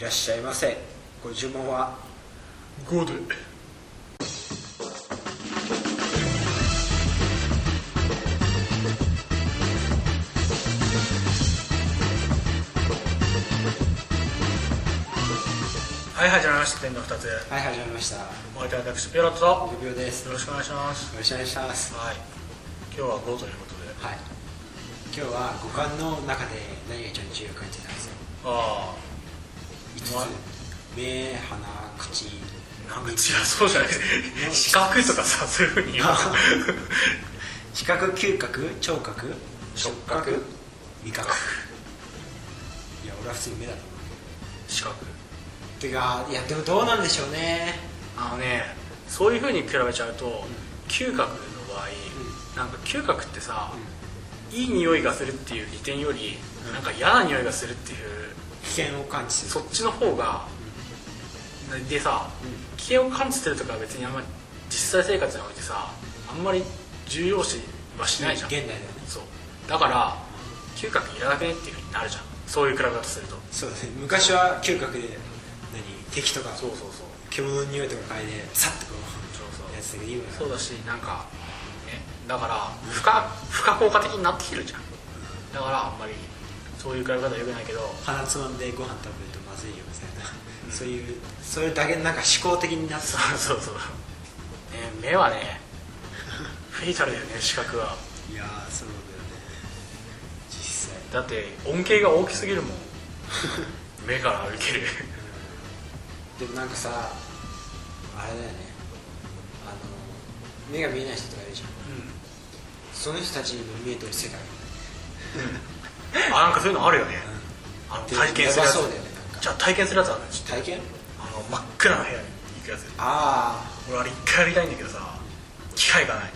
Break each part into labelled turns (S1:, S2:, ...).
S1: らっしゃいませご注文は
S2: 5ではい始まりました天の二つ
S1: はい始まりました
S2: お相手は私ピロットとよ
S1: 5秒ですよ
S2: ろしくお願いします
S1: ろしくお願いします
S2: はい今日は5ということで
S1: はい今日は五感の中で何が一番重要かってたんですよ
S2: あ
S1: 5
S2: はい
S1: つ目鼻口
S2: あなんか違うそうじゃない視覚とかさそういうふうに言うの
S1: 視覚嗅覚聴覚
S2: 触覚
S1: 覚味覚いや俺は普通に目だと思う
S2: 視覚
S1: てかいやでもどうなんでしょうね
S2: あのねそういうふうに比べちゃうと、嗅覚の場合、なんか嗅覚ってさ、いい匂いがするっていう利点より、なんか嫌な匂いがするっていう
S1: 危険を感知す
S2: そ
S1: る
S2: っちの方が、でさ、危険を感じてるとかは別にあんまり実際生活においてさあんまり重要視はしないじゃん、
S1: 現代だよね
S2: そうだから嗅覚いらなくねっていうふうになるじゃんそういう比べ方すると
S1: そうですね昔は嗅覚で何敵とか
S2: そうそうそう
S1: 獣の匂いとか嗅いでさっとこう
S2: そうそう
S1: やつだけど今
S2: そうだしなんかねだから不可不可効果的になってきてるじゃんだからあんまりそういう比べ方はよくないけど
S1: 鼻つまんでご飯食べるとまずいよみたいな、そういうそれだけなんか思考的になってた
S2: そうそうそう、ね、目はねフェイタルだよね視覚はい
S1: やーそうだよね実際
S2: だって恩恵が大きすぎるもん目から歩ける
S1: でもなんかさあれだよねあの目が見えない人とかいるじゃんその人たちにも見えてる世界
S2: あなんかそういうのあるよね、あの
S1: で
S2: 体験するや
S1: や
S2: つ
S1: ばそうだよねなんか
S2: じゃあ体験するやつあるのよ
S1: 体験
S2: あの真っ暗な部屋に行くやつ
S1: ああ
S2: 俺あれ一回やりたいんだけどさ機会がない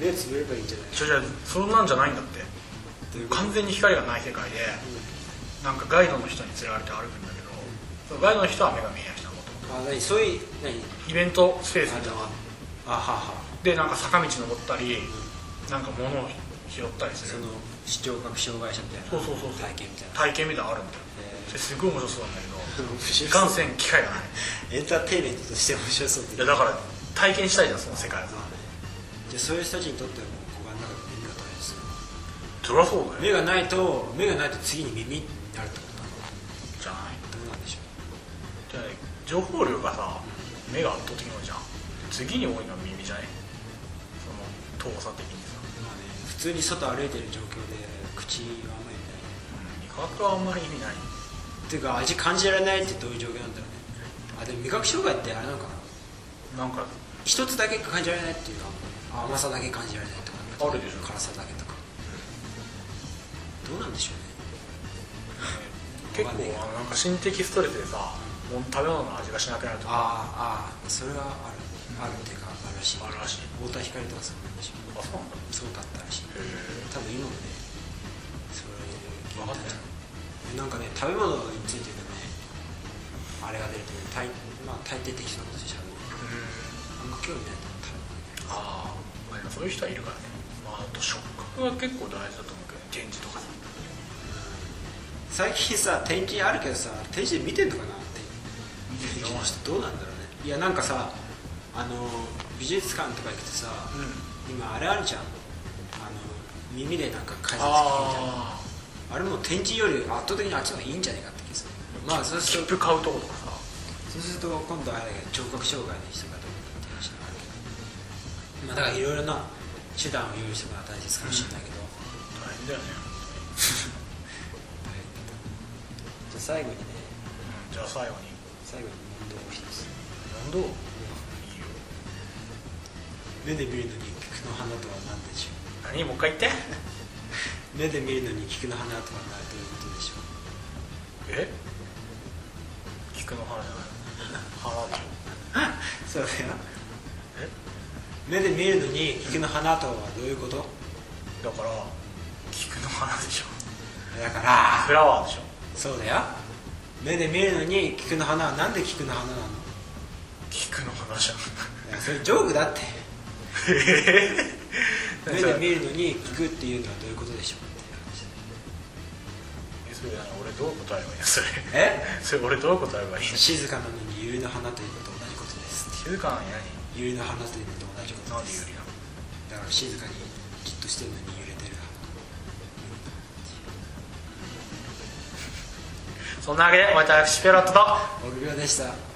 S1: 目つぶればいいんじゃない
S2: じゃじゃそんなんじゃないんだって
S1: ということ
S2: 完全に光がない世界で、なんかガイドの人に連れられて歩くんだけど、そのガイドの人は目が見えない人のこと
S1: あ何そういう何
S2: イベントスペースみたいなのがあっ
S1: あはは
S2: てでなんか坂道登ったり、なんか物を拾ったりす
S1: そ
S2: る
S1: の視聴覚障害者みたいな
S2: そうそうそうそう
S1: 体験みたいな
S2: 体験みたいなのあるんだよ、
S1: へー
S2: それすごい面白そうなんだけどいか
S1: 感
S2: んせん機会がな
S1: エ
S2: い
S1: ンターテインメントとして面白そうって
S2: いやだから体験したいじゃんその世界を
S1: じゃあそういう人たちにとってはもう股間の中で耳が大変ですよ
S2: そりゃそうだ
S1: 目
S2: よ
S1: がないと目がないと次に耳になるってことな
S2: じゃない
S1: のどうなんでしょ
S2: じゃあね情報量がさ目が圧倒的に多いじゃん次に多いのは耳じゃねその遠さ的にさ
S1: う、まあね、普通に外歩いてる状況で口はあんまり見ない
S2: 味覚
S1: っ
S2: はあんまり意味ない
S1: ていうか味感じられないってどういう状況なんだろうねあでも味覚障害ってあれなのかな
S2: なんか
S1: 一つだけ感じられないっていうのは甘さだけ感じられないとか
S2: あるでしょ
S1: 辛さだけとかどうなんでしょう
S2: 結構あのなんか心的ストレスでさもう食べ物の味がしなくなると
S1: ね
S2: か
S1: ああああそれはあるあるっていうかあるらしい
S2: あるらしい
S1: 太田光とかそうなんでしょ
S2: あそうな
S1: そうだ
S2: んだ
S1: ったらしい
S2: へえ
S1: 多分今もねそれ
S2: 分かってる
S1: なんかね食べ物についてのねあれが出るとね大,、まあ、大抵適当なことしちゃうあんま興味ないと思う
S2: ああまあそういう人はいるからね、まあ、あと触覚は結構大事だと思うけど展示とかさ
S1: 食べ物最近さ天気あるけどさ天気で見てんのかなって
S2: 見て
S1: 天
S2: み
S1: 気
S2: よ
S1: の
S2: う
S1: 人どうなんだろうねいやなんかさあの美術館とか行くとさ、今あれあるじゃんあの耳でなんか解説聞きみたいな
S2: あ
S1: あれもう展示より圧倒的にあっちの方がいいんじゃないかって気がするまあそう
S2: あ
S1: す
S2: 切
S1: ると
S2: 符買うとことかさ
S1: そうすると今度あれ聴覚障害の人がどうかって話になるけどまあだからいろいろな手段を用意してもらうのは大切かもしれないけど、
S2: 大変だよね、
S1: はいじゃあ最後にね
S2: うん、じゃあ最後に
S1: 最後に問答を一つ
S2: 何度いいよ
S1: 目で見るのに菊の花とは何でしょ
S2: 何もう一回言って
S1: う目で見るのに菊の花とは何ということでしょう
S2: え菊の花じゃない花でし
S1: そうだよ
S2: え
S1: 目で見るのに菊の花とはどういうこと
S2: ょだから菊の花でしょ
S1: だから
S2: フラワーでしょ
S1: そうだよ目で見るのに菊の花はなんで菊の花なの
S2: 菊の花じゃん
S1: いやそれジョークだって
S2: え
S1: 目で見るのに聞くっていうのはどういうことでしょうっていう話
S2: それ何俺どう答えればいいのそれ
S1: え
S2: それ俺どう答えればいいの
S1: 静かなのにゆりの花というのと同じことですって
S2: 静かなのに
S1: ゆりの花というのと同じこと
S2: 何なん
S1: で
S2: でユ
S1: す
S2: リなの
S1: だから静かにじっとしてるのに揺れてる
S2: そんなわけでお前たちペラットと
S1: 花オルビオでした